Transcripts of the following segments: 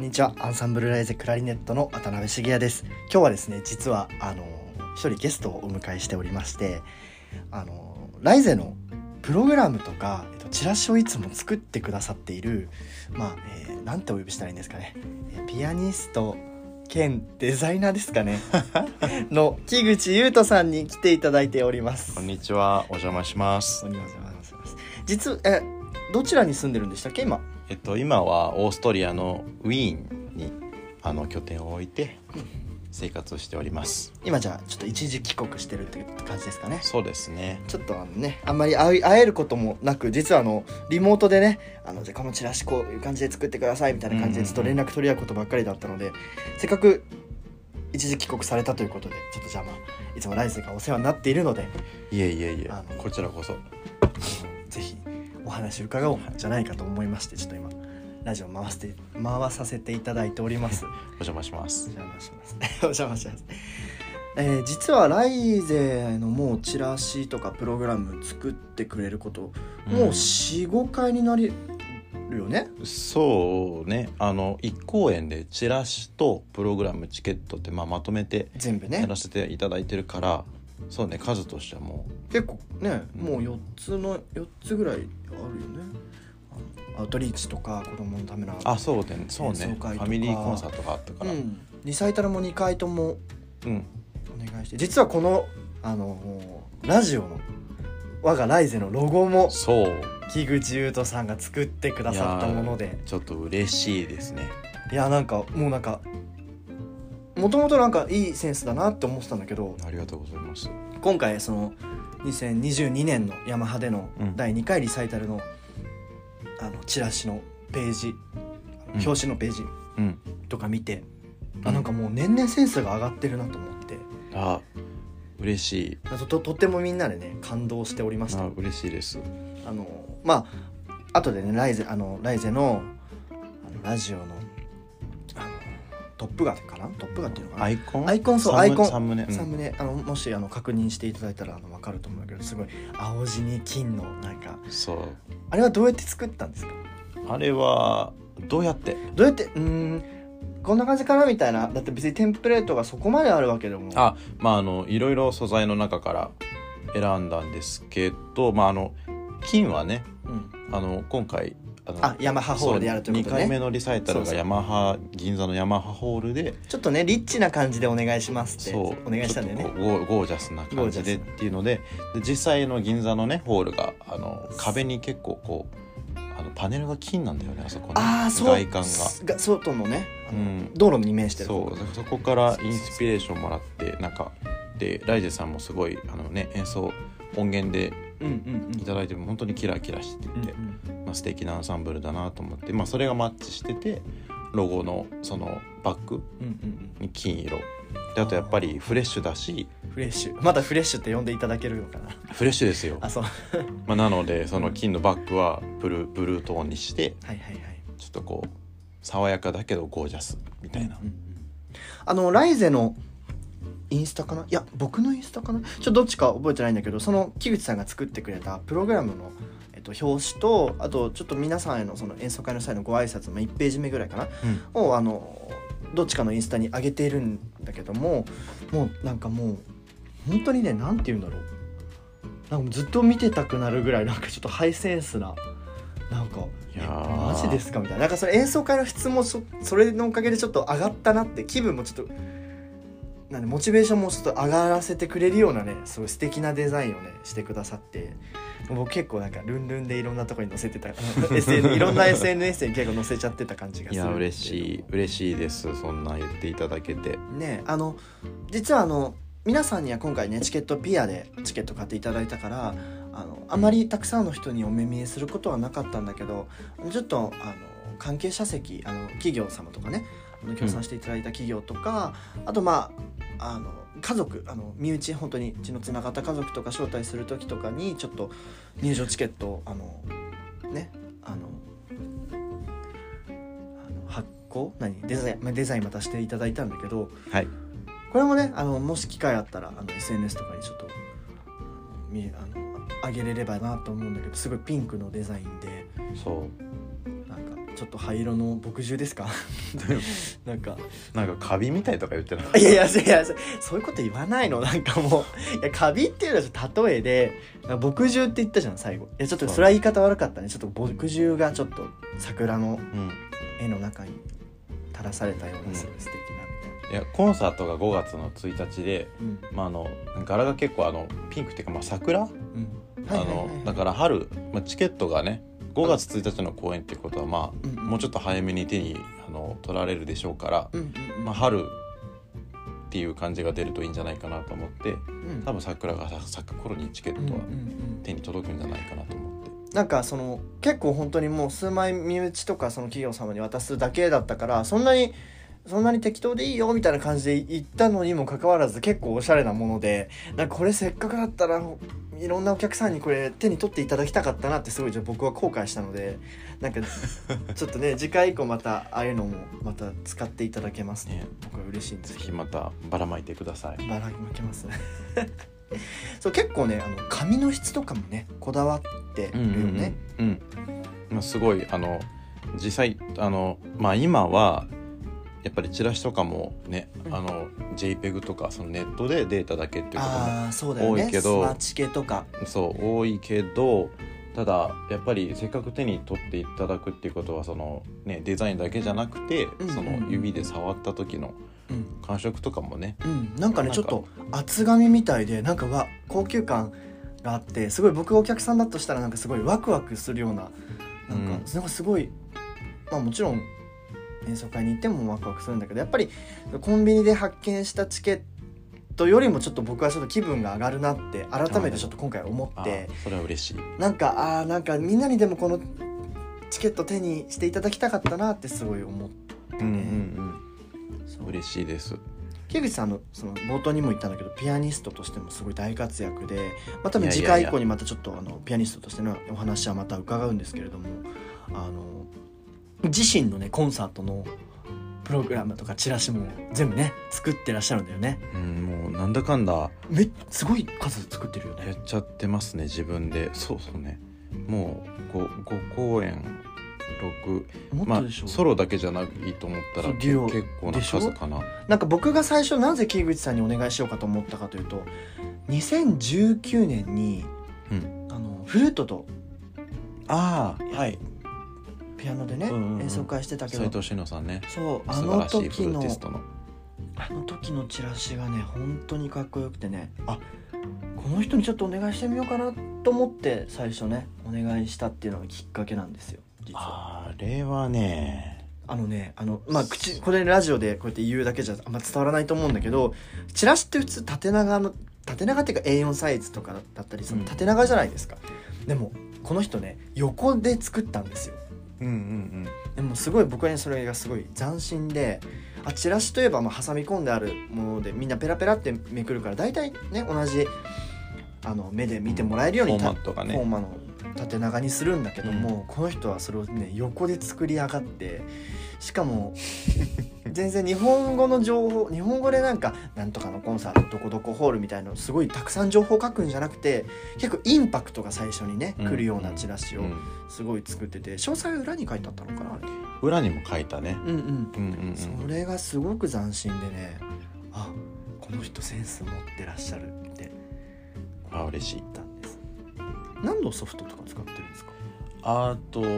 にちはアンサンブルライゼクラリネットの渡辺茂也です今日はですね実はあの一人ゲストをお迎えしておりましてあのライゼのプログラムとか、えっと、チラシをいつも作ってくださっているまあ、えーなんてお呼びしたらいいんですかねえーピアニスト兼デザイナーです かねの木口優斗さんに来ていただいておりますこんにちは、お邪魔しますお。にわざわざます実えどちらに住んでるんでしたっけ今えっと今はオーストリアのウィーンにあの拠点を置いて生活をしております。今じゃあちょっと一時帰国してるって感じですかねそうですね。ちょっとあのねあんまり会い会えることもなく実はあのリモートでねあのじゃあこのチラシこういう感じで作ってくださいみたいな感じでうんちょっと連絡取り合うことばっかりだったので、せっかく一時帰国されたということでちょっとじゃあまあいつもライズがお世話になっているのでいえいえいえあの、こちらこそ。ぜひお話伺おうじゃないかと思いましてちょっと今ラジオ回して回させていただいております。お邪魔しまおす。邪魔します お邪魔しますえー実はライゼのもうチラシとかプログラム作ってくれること、もう45回になりるよねうんそうね、あの一公演でチラシとプログラムチケットってまあまとめて全部やねらせていただいてるから、そうね数としてはも結構ね、うんもう4つの4つぐらいあるよねあのアウトリーチとか子供のためのうあそうねそうね演奏会とフかァミリーコンサートがあったから、うんリサイタルも2回ともうんお願いして実はこのあのラジオの我がライゼのロゴもそう木口優斗さんが作ってくださったものでちょっと嬉しいですね。いやなんかもうなんかもともとなんかいいセンスだなって思ってたんだけどありがとうございます。今回その2022年のヤマハでのうん第2回リサイタルの,、あのチラシのページうん表紙のページうん。とか見て、あなんかもう年々センスが上がってるなと思ってあ、嬉しい。とととってもみんなでね感動しておりましたあ、嬉しいです。あのまあ後でねライゼあのライゼのあのラジオのあのトップガンかなトップガンっていうのかなアイコン。アイコンそうサムアイコンサムネ。うんサムネあのもしあの確認していただいたらあの分かると思うんだけどすごい青地に金のなんかそう。あれはどうやって作ったんですかあれはどうやって？どうやってうーんこんな感じかなみたいなだって別にテンプレートがそこまであるわけでもあ、まああのいろいろ素材の中から選んだんですけど、まああの金はね、うん、あの今回あのあヤマハホールでやるということ2で回ね目のリサイタそルうそがうヤマハ銀座のヤマハホールでちょっとねリッチな感じでお願いしますってそおう願いしたんだよちょねっとこうゴーゴージャスな感じでっゴージャスていうのでで実際の銀座のねホールがあの壁に結構こうあのパネルが金なんだよねあそこねああそう外観がが外のねあの、うん道路に面してるそうだからそこからインスピレーションもらってなんかでライゼさんもすごいあのね演奏音源でうんうんうんいただいても本当にキラキラしてうんうて、んまあ、素敵なアンサンブルだなと思って、まあ、それがマッチしててロゴのそのバッグうんうんに金色であとやっぱりフレッシュだしうんフレッシュまだフレッシュって呼んでいただけるのかなフレッシュですよあそうはまあ、なのでその金のバッグはブルーブルートーンにしていはいはいちょっとこう爽やかだけどゴージャスみたいなうんうんあのライゼのインスタかないや僕のインスタかなちょっとどっちか覚えてないんだけどその木口さんが作ってくれたプログラムの、えっと、表紙とあとちょっと皆さんへのその演奏会の際のご挨拶の1ページ目ぐらいかなをあのどっちかのインスタに上げているんだけどももうなんかもう本当にね何て言うんだろうなんかもうずっと見てたくなるぐらいなんかちょっとハイセンスななんかいやえーマジですかみたいななんかその演奏会の質もそそれのおかげでちょっと上がったなって気分もちょっとなんでモチベーションもちょっと上がらせてくれるようなねすごい素敵なデザインをねしてくださって僕結構なんかルンルンでいろんなところに載せてた SN いろんな SNS に結構載せちゃってた感じがいするやんで嬉しい嬉しいですそんな言っていただけてねあの実はあの皆さんには今回ねチケットピアでチケット買っていただいたからあのあまりたくさんの人にお目見えすることはなかったんだけどちょっとあの関係者席あの企業様とかねあの協賛していただいた企業とか、あとまああの家族あの身内本当に血のつながった家族とか招待する時とかにちょっと入場チケットをあのねあのあの発行何デザイン、まあ、デザインまたしていただいたんだけど、はいこれもねあのもし機会あったらあの SNS とかにちょっとみあの上げれればなと思うんだけどすごいピンクのデザインでそなんかちょっと灰色の墨汁ですか なんかなんかカビみたいとか言ってなかっいやいやいやいやそういうこと言わないのなんかもういやカビっていうのは例えで墨汁って言ったじゃん最後いやちょっとそれは言い方悪かったねちょっと墨汁がちょっと桜のた、うん、絵の中に垂らされたよううんなすごい素敵なみたいな、いやコンサートが5月の1日で、うんまあ、あの柄が結構あのピンクっていうか、まあ、桜うんあのだから春、まあ、チケットがね5月1日の公演っていうことは、まあ、もうちょっっと早めに手にあの取られるでしょうから、と、うんうんうんまあ、春っていう感じが出るといいんじゃないかなと思ってうん多分桜が咲く頃にチケットはうんうんうん手に届くんじゃないかなと思って。なんかその結構本当にもう数枚身内とかその企業様に渡すだけだったからそんなにそんなに適当でいいよみたいな感じで言ったのにもかかわらず結構おしゃれなものでなんかこれせっかくだったらいろんなお客さんにこれ手に取っていただきたかったなってすごいじゃあ僕は後悔したのでなんかちょっとね次回以降またああいうのもまた使っていただけますねね僕は嬉しいんですぜけどひまたばらまいてください。ばらまきます そう結構ねあの髪の質とかもねこだわってるよね。うんうんうんまあ、すごいあの実際あの、まあ、今はやっぱりチラシとかもね、うんあの JPEG とかそのネットでデータだけっていうこともああーそうだよ多ねいけスどマチケとかそう多いけどただやっぱりせっかく手に取っていただくっていうことはその、ね、デザインだけじゃなくて、うんその指で触った時のうん、感触とかもねうん、なんかねなんかちょっと厚紙みたいでなんかわ高級感があってすごい僕がお客さんだとしたらなんかすごいワクワクするようななんか,、うんなんかすごいまあもちろん演奏会に行ってもワクワクするんだけどやっぱりコンビニで発見したチケットよりもちょっと僕はちょっと気分が上がるなって改めてちょっと今回思あってーそれは嬉しい。なんかあーなんかみんなにでもこのチケット手にしていただきたかったなってすごい思ってうんうんそううん、嬉しいです。木口さんのその冒頭にも言ったんだけどピアニストとしてもすごい大活躍で、まあ、多分次いやいや回い以や降にまたちょっとあのピアニストとしてのお話はまた伺うんですけれどもあの自身のねコンサートのプログラムとかチラシも全部ね作ってらっしゃるんだよねうん、もうなんだかんだめすごい数作ってるよやねっちゃってますね自分でそうそうねもう 5, 5公演6もまっあとでしょ、ソロだけじゃないと思ったそらうデュオ結構な数かななんか僕が最初なぜ木口さんにお願いしようかと思ったかというと2019年にうんあのフルートとああはいピアノでね、うんうんうん演奏会してたけど斉藤志乃さんねそうあ素晴のらしいプ時ロのティストのあの時のチラシがね本当にかっこよくてねあこの人にちょっとお願いしてみようかなと思って最初ねお願いしたっていうのがきっかけなんですよ実はあれはねあのねあのまあ口これラジオでこうやって言うだけじゃあんま伝わらないと思うんだけどチラシって普通縦長の縦長っていうか A4 サイズとかだったりその縦長じゃないですか、でもこの人ね横で作ったんですようんうんでもすごい僕はねそれがすごい斬新であチラシといえばまあ挟み込んであるものでみんなペラペラってめくるから大体ね同じあの目で見てもらえるようにフォたーマットがねフォーマの縦長にするんだけども、この人はそれをね横で作り上がってしかも 全然日本語の情報日本語でなんかなんとかのコンサートどこどこホールみたいのすごいたくさん情報書くんじゃなくて結構インパクトが最初にね、うん来るようなチラシうん、をうん、すごい作ってて詳細は裏に書いてあったのかなあれ裏にも書いたねうんうん、うんうんうんそれがすごく斬新でねあこの人センス持ってらっしゃるってあ嬉しい言ったんです何のソフトとか使ってるんですかあとも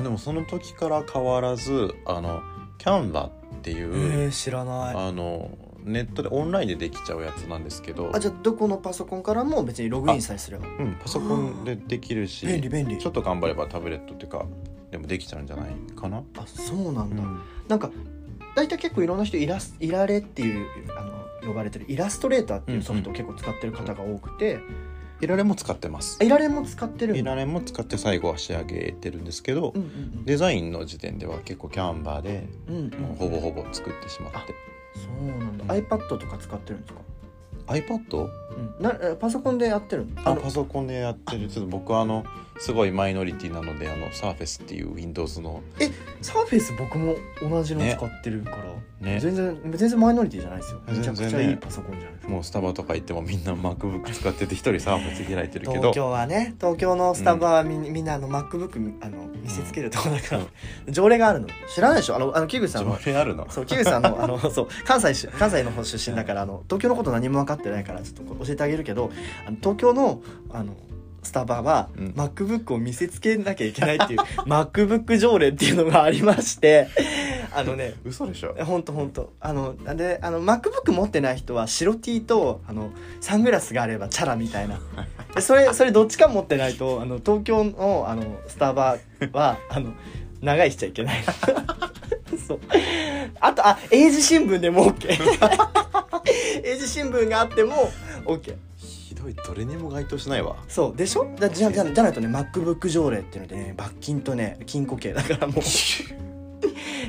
うでもその時から変わらずあのキャンバっていう、ー、知らなああのネットでオンラインでできちゃうやつなんですけどじゃあどこのパソコンからも別にログインさえすればうん、パソコンでできるし便利便利ちょっと頑張ればタブレットっていうかでもできちゃうんじゃないかな、あそうなんうだ、んなんか大体結構いろんな人イラスイラレっていうあの呼ばれてるイラストレーターっていうソフトを結構使ってる方が多くて、いられも使ってますあイラレも使ってるいんだられも使って最後は仕上げてるんですけど、うんうんデザインの時点では結構キャンバーでうんうんもうほぼほぼ作ってしまって、そうなんだ、うん iPad とか使ってるんですか iPad? うんなえパソコンでやってるのあパソコンでやってるちょっと僕はあのすごいマイノリティなのであの Surface っていう Windows のサーフェス僕も同じの使ってるから、ね全然全然マイノリティじゃないですよめ全ちゃ然くねちゃいいパソコンじゃないですかもうスタバとか行ってもみんな MacBook 使ってて一人 Surface 開いてるけど東京はね東京のスタバはみ,、ん、みんなあの MacBook あの見せつけるとこだから、条例があるの知らないでしょあのあの木口さんは条例あるのそう木口さんの あのそう関西し関西の方出身だからあの東京のこと何も分かってないからちょっとこう教えてあげるけどあの東京のあのスタバは、うん MacBook を見せつけなきゃいけないっていう MacBook 条例っていうのがありましてあのね嘘でしょほんとほんとあのであの MacBook 持ってない人は白 T とあのサングラスがあればチャラみたいなでそれそれどっちか持ってないとあの東京のあのスタバは あの長いしちゃいけない そうあとあ英字新聞でも OK 英字新聞があっても OK ひどいどれにも該当しないわそうでしょだじゃじゃじゃないとね MacBook 条例っていうのでね罰金とね禁錮刑だからもう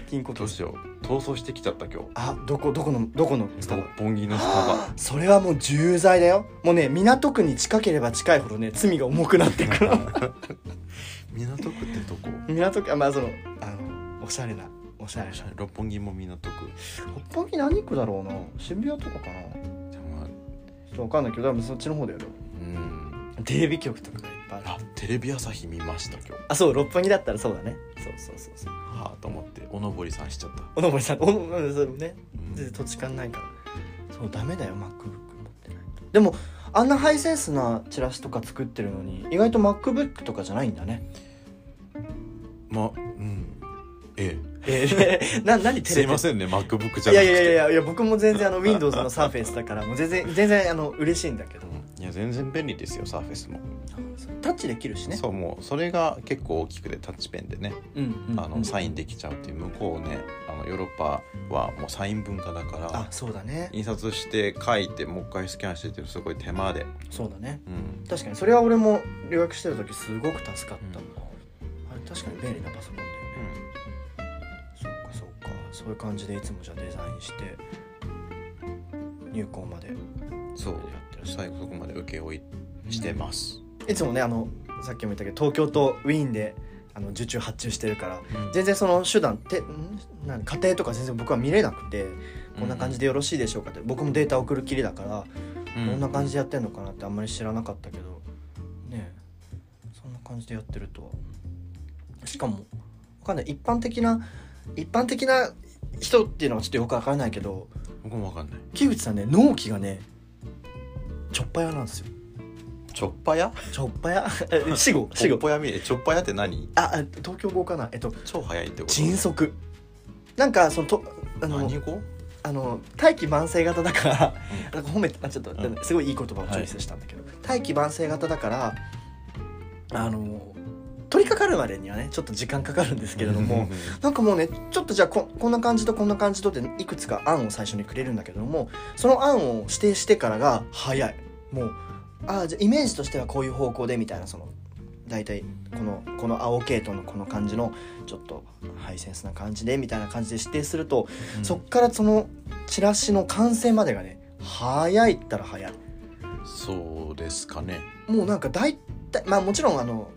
禁錮ど刑うしよう逃走してきちゃった今日あどこどこのどこのスタバ六本木のスタバあ それはもう重罪だよもうね港区に近ければ近いほどね罪が重くなってくる 港区ってどこ 港区あまあそのあのおしゃれなおしゃれな六本木も港区六本木何区だろうな渋谷とかかなじゃあまあちょっとわかんないけど多分そっちの方だよねうんテレビ局とかがいっぱいあるあテレビ朝日見ました今日あそう六本木だったらそうだねそうそうそうそうはあと思っておのぼりさんしちゃった、おのぼりさんおのうんそうねうん全然土地勘ないからそうダメだよ MacBook 持ってないとでもあんなハイセンスなチラシとか作ってるのに意外と MacBook とかじゃないんだね まうんええー、 な何えテすレいビませんね MacBook じゃなくていやいやいやいやいや僕も全然あの Windows の Surface だからもう全然全然あの嬉しいんだけどうんいや全然便利ですよサーフェスも、タッチできるしねそうもうそれが結構大きくてタッチペンでね、う、んうんうんあのサインできちゃうっていう向こうねあのヨーロッパはもうサイン文化だからあそうだね印刷して書いてもう一回スキャンしてっていうのすごい手間で、そうだねうん、確かにそれは俺も留学してる時すごく助かった、うんあれ確かに便利なパソコンだよね、そうかそうかそういう感じでいつもじゃあデザインして入校までやうんそうってらっしゃ最る後そこまで請負いしてます、いつもねあのさっきも言ったけど東京とウィーンであの受注発注してるからうん全然その手段ってんなん家庭とか全然僕は見れなくてこんな感じでよろしいでしょうかって僕もデータ送るきりだからうどんな感じでやってんのかなってあんまり知らなかったけどねえそんな感じでやってるとはしかもわかんない一般的な一般的な人っていうのはちょっとよくわからないけど僕もわかんない木口さんね納期がねちょっぱやなんですよちょっぱやちょっぱや え死後死ち後ょっぱやみえちょっぱやって何ああ東京語かなえっと超早いってこと迅速なんかそのとあの何語あの大器晩成型だから、うんなんか褒めてあちょっと、うんすごいいい言葉をチョイスしたんだけど、大器晩成型だからあの取り掛かるまでにはねちょっと時間かかるんですけれどもなんかもうねちょっとじゃあここんな感じとこんな感じとっていくつか案を最初にくれるんだけどもその案を指定してからが早いもうあーじゃあイメージとしてはこういう方向でみたいなその大体このこの青系統のこの感じのちょっとハイセンスな感じでみたいな感じで指定するとうんそっからそのチラシの完成までがね早いったら早いそうですかねもうなんか大体まあもちろんあの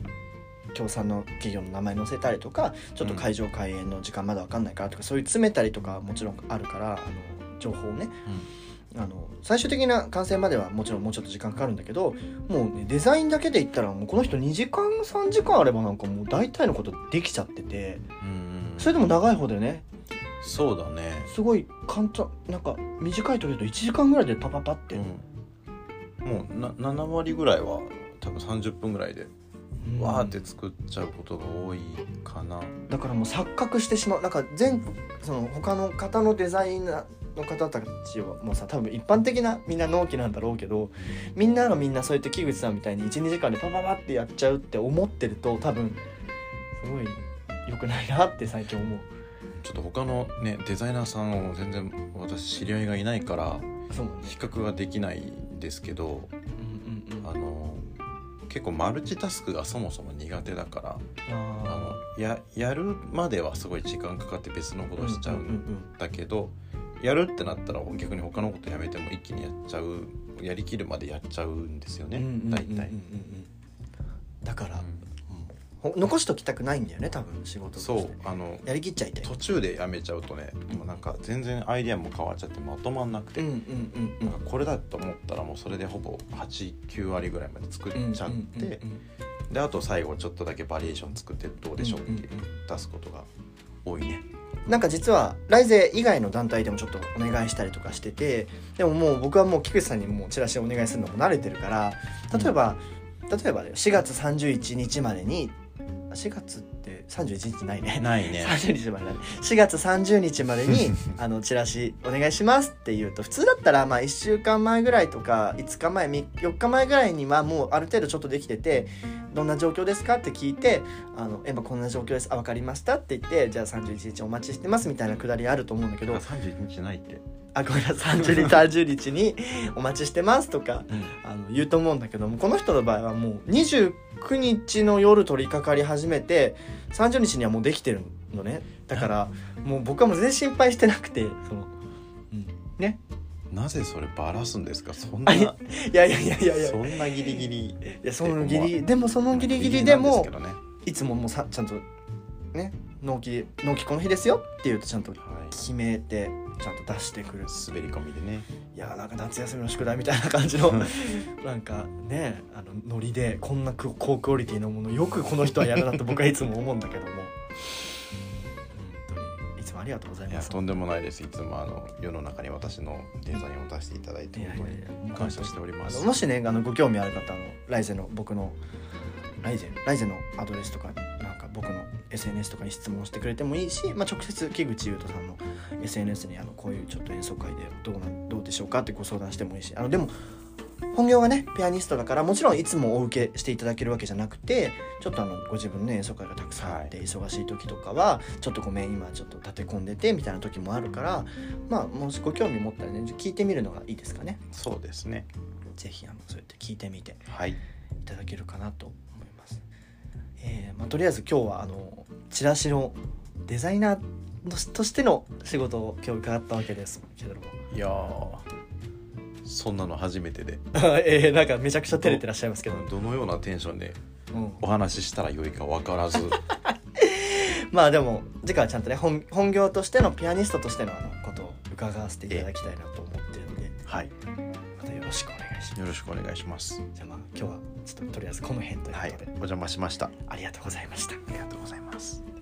協賛の企業の名前載せたりとかちょっと会場開演の時間まだ分かんないからとか、そういう詰めたりとかはもちろんあるからあの情報をね、あの最終的な完成まではもちろんもうちょっと時間かかるんだけどもうねデザインだけで言ったらもうこの人2時間3時間あればなんかもう大体のことできちゃっててうんそれでも長い方でねそうだねすごい簡単なんか短い時だと1時間ぐらいでパパパって、うんもうな7割ぐらいは多分30分ぐらいでうんわーって作っちゃうことが多いかな、だからもう錯覚してしまうなんか全その他の方のデザイナーの方たちはもうさ多分一般的なみんな納期なんだろうけどみんながみんなそうやって木口さんみたいに12時間でパパパってやっちゃうって思ってると多分すごい良くないなって最近思うちょっと他のねデザイナーさんを全然私知り合いがいないからそうもんね比較ができないんですけどうんうんうんあの結構マルチタスクがそもそも苦手だからああのややるまではすごい時間かかって別のこーとしちゃううんんだけど、やるってなったら逆に他のことやめても一気にやっちゃうやりきるまでやっちゃうんですようんうんね、うんうんうんうんうん大体。だからうんほ残しときたくないんだよね多分仕事としてそうあのやりきっちゃいたい途中でやめちゃうとねもうなんか全然アイディアも変わっちゃってまとまんなくて、うんうんうんうなんんかこれだと思ったらもうそれでほぼ89割ぐらいまで作っうんちゃって、うんうんであと最後ちょっとだけバリエーション作ってどうでしょうってうんうん出すことが多いね。うんなんか実はライゼ以外の団体でもちょっとお願いしたりとかしててでももう僕はもう菊池さんにもうチラシをお願いするのも慣れてるから例えば、例えばだよ4月31日までにあ4月って31日ないねないね30日までだね4月30日まで にあのチラシお願いしますって言うと普通だったらまあ1週間前ぐらいとか5日前み4日前ぐらいにはもうある程度ちょっとできててどんな状況ですかって聞いてあの今こんな状況ですあ分かりましたって言ってじゃあ31日お待ちしてますみたいなくだりあると思うんだけど31日ないって、あごめんなさい30日30日にお待ちしてますとかあの言うと思うんだけどもこの人の場合はもう29日の夜取り掛かり始めて30日にはもうできてるのねだからもう僕はもう全然心配してなくてその、うん、ねなぜそれバラすんですかそんなあいやそいやいやいやいやいやいんなギリギリやそのギって思リでもそのギリギリでなんすもけどねいつももうさちゃんとね納期納期この日ですよって言うとちゃんとはい決めてちゃんと出してくる滑り込みでねいやーなんか夏休みの宿題みたいな感じのうんなんかねあのノリでこんなく高クオリティのものよくこの人はやるなと僕はいつも思うんだけども本当にいつもありがとうございいやますとんでもないですいつもあの世の中に私のデザインを出していただいていやいや本いや当に感謝しておりまあすのもしねあのご興味ある方あのライゼの僕のライゼライゼのアドレスとかなんか僕の SNS とかに質問してくれてもいいし、まあ、直接木口優斗さんの SNS にあのこういうちょっと演奏会でどうなどうでしょうかってご相談してもいいしあのでも本業がねピアニストだからもちろんいつもお受けしていただけるわけじゃなくてちょっとあのご自分の演奏会がたくさんあって忙しい時とかはちょっとごめん今ちょっと立て込んでてみたいな時もあるからまあもしご興味持ったらね聞いてみるのがいいですかね。そうですねぜひあのそうやって聞いてみてはいいただけるかなと思います。えーまあ、とりあえず今日はあのチラシのデザイナーのしとしての仕事を今日伺ったわけですけれども、 いやーそんなの初めてでえー、なんかめちゃくちゃ照れてらっしゃいますけど、どのようなテンションでうんお話ししたらよいか分か らずまあでも次回はちゃんとね本本業としてのピアニストとしてのあのことを伺わせていただきたいなと思ってるのではいまたよろしくお願いします。よろしくお願いしますじゃあまあ今日はちょっととりあえずこの辺というはこいとで、お邪魔しましたありがとうございました。ありがとうございます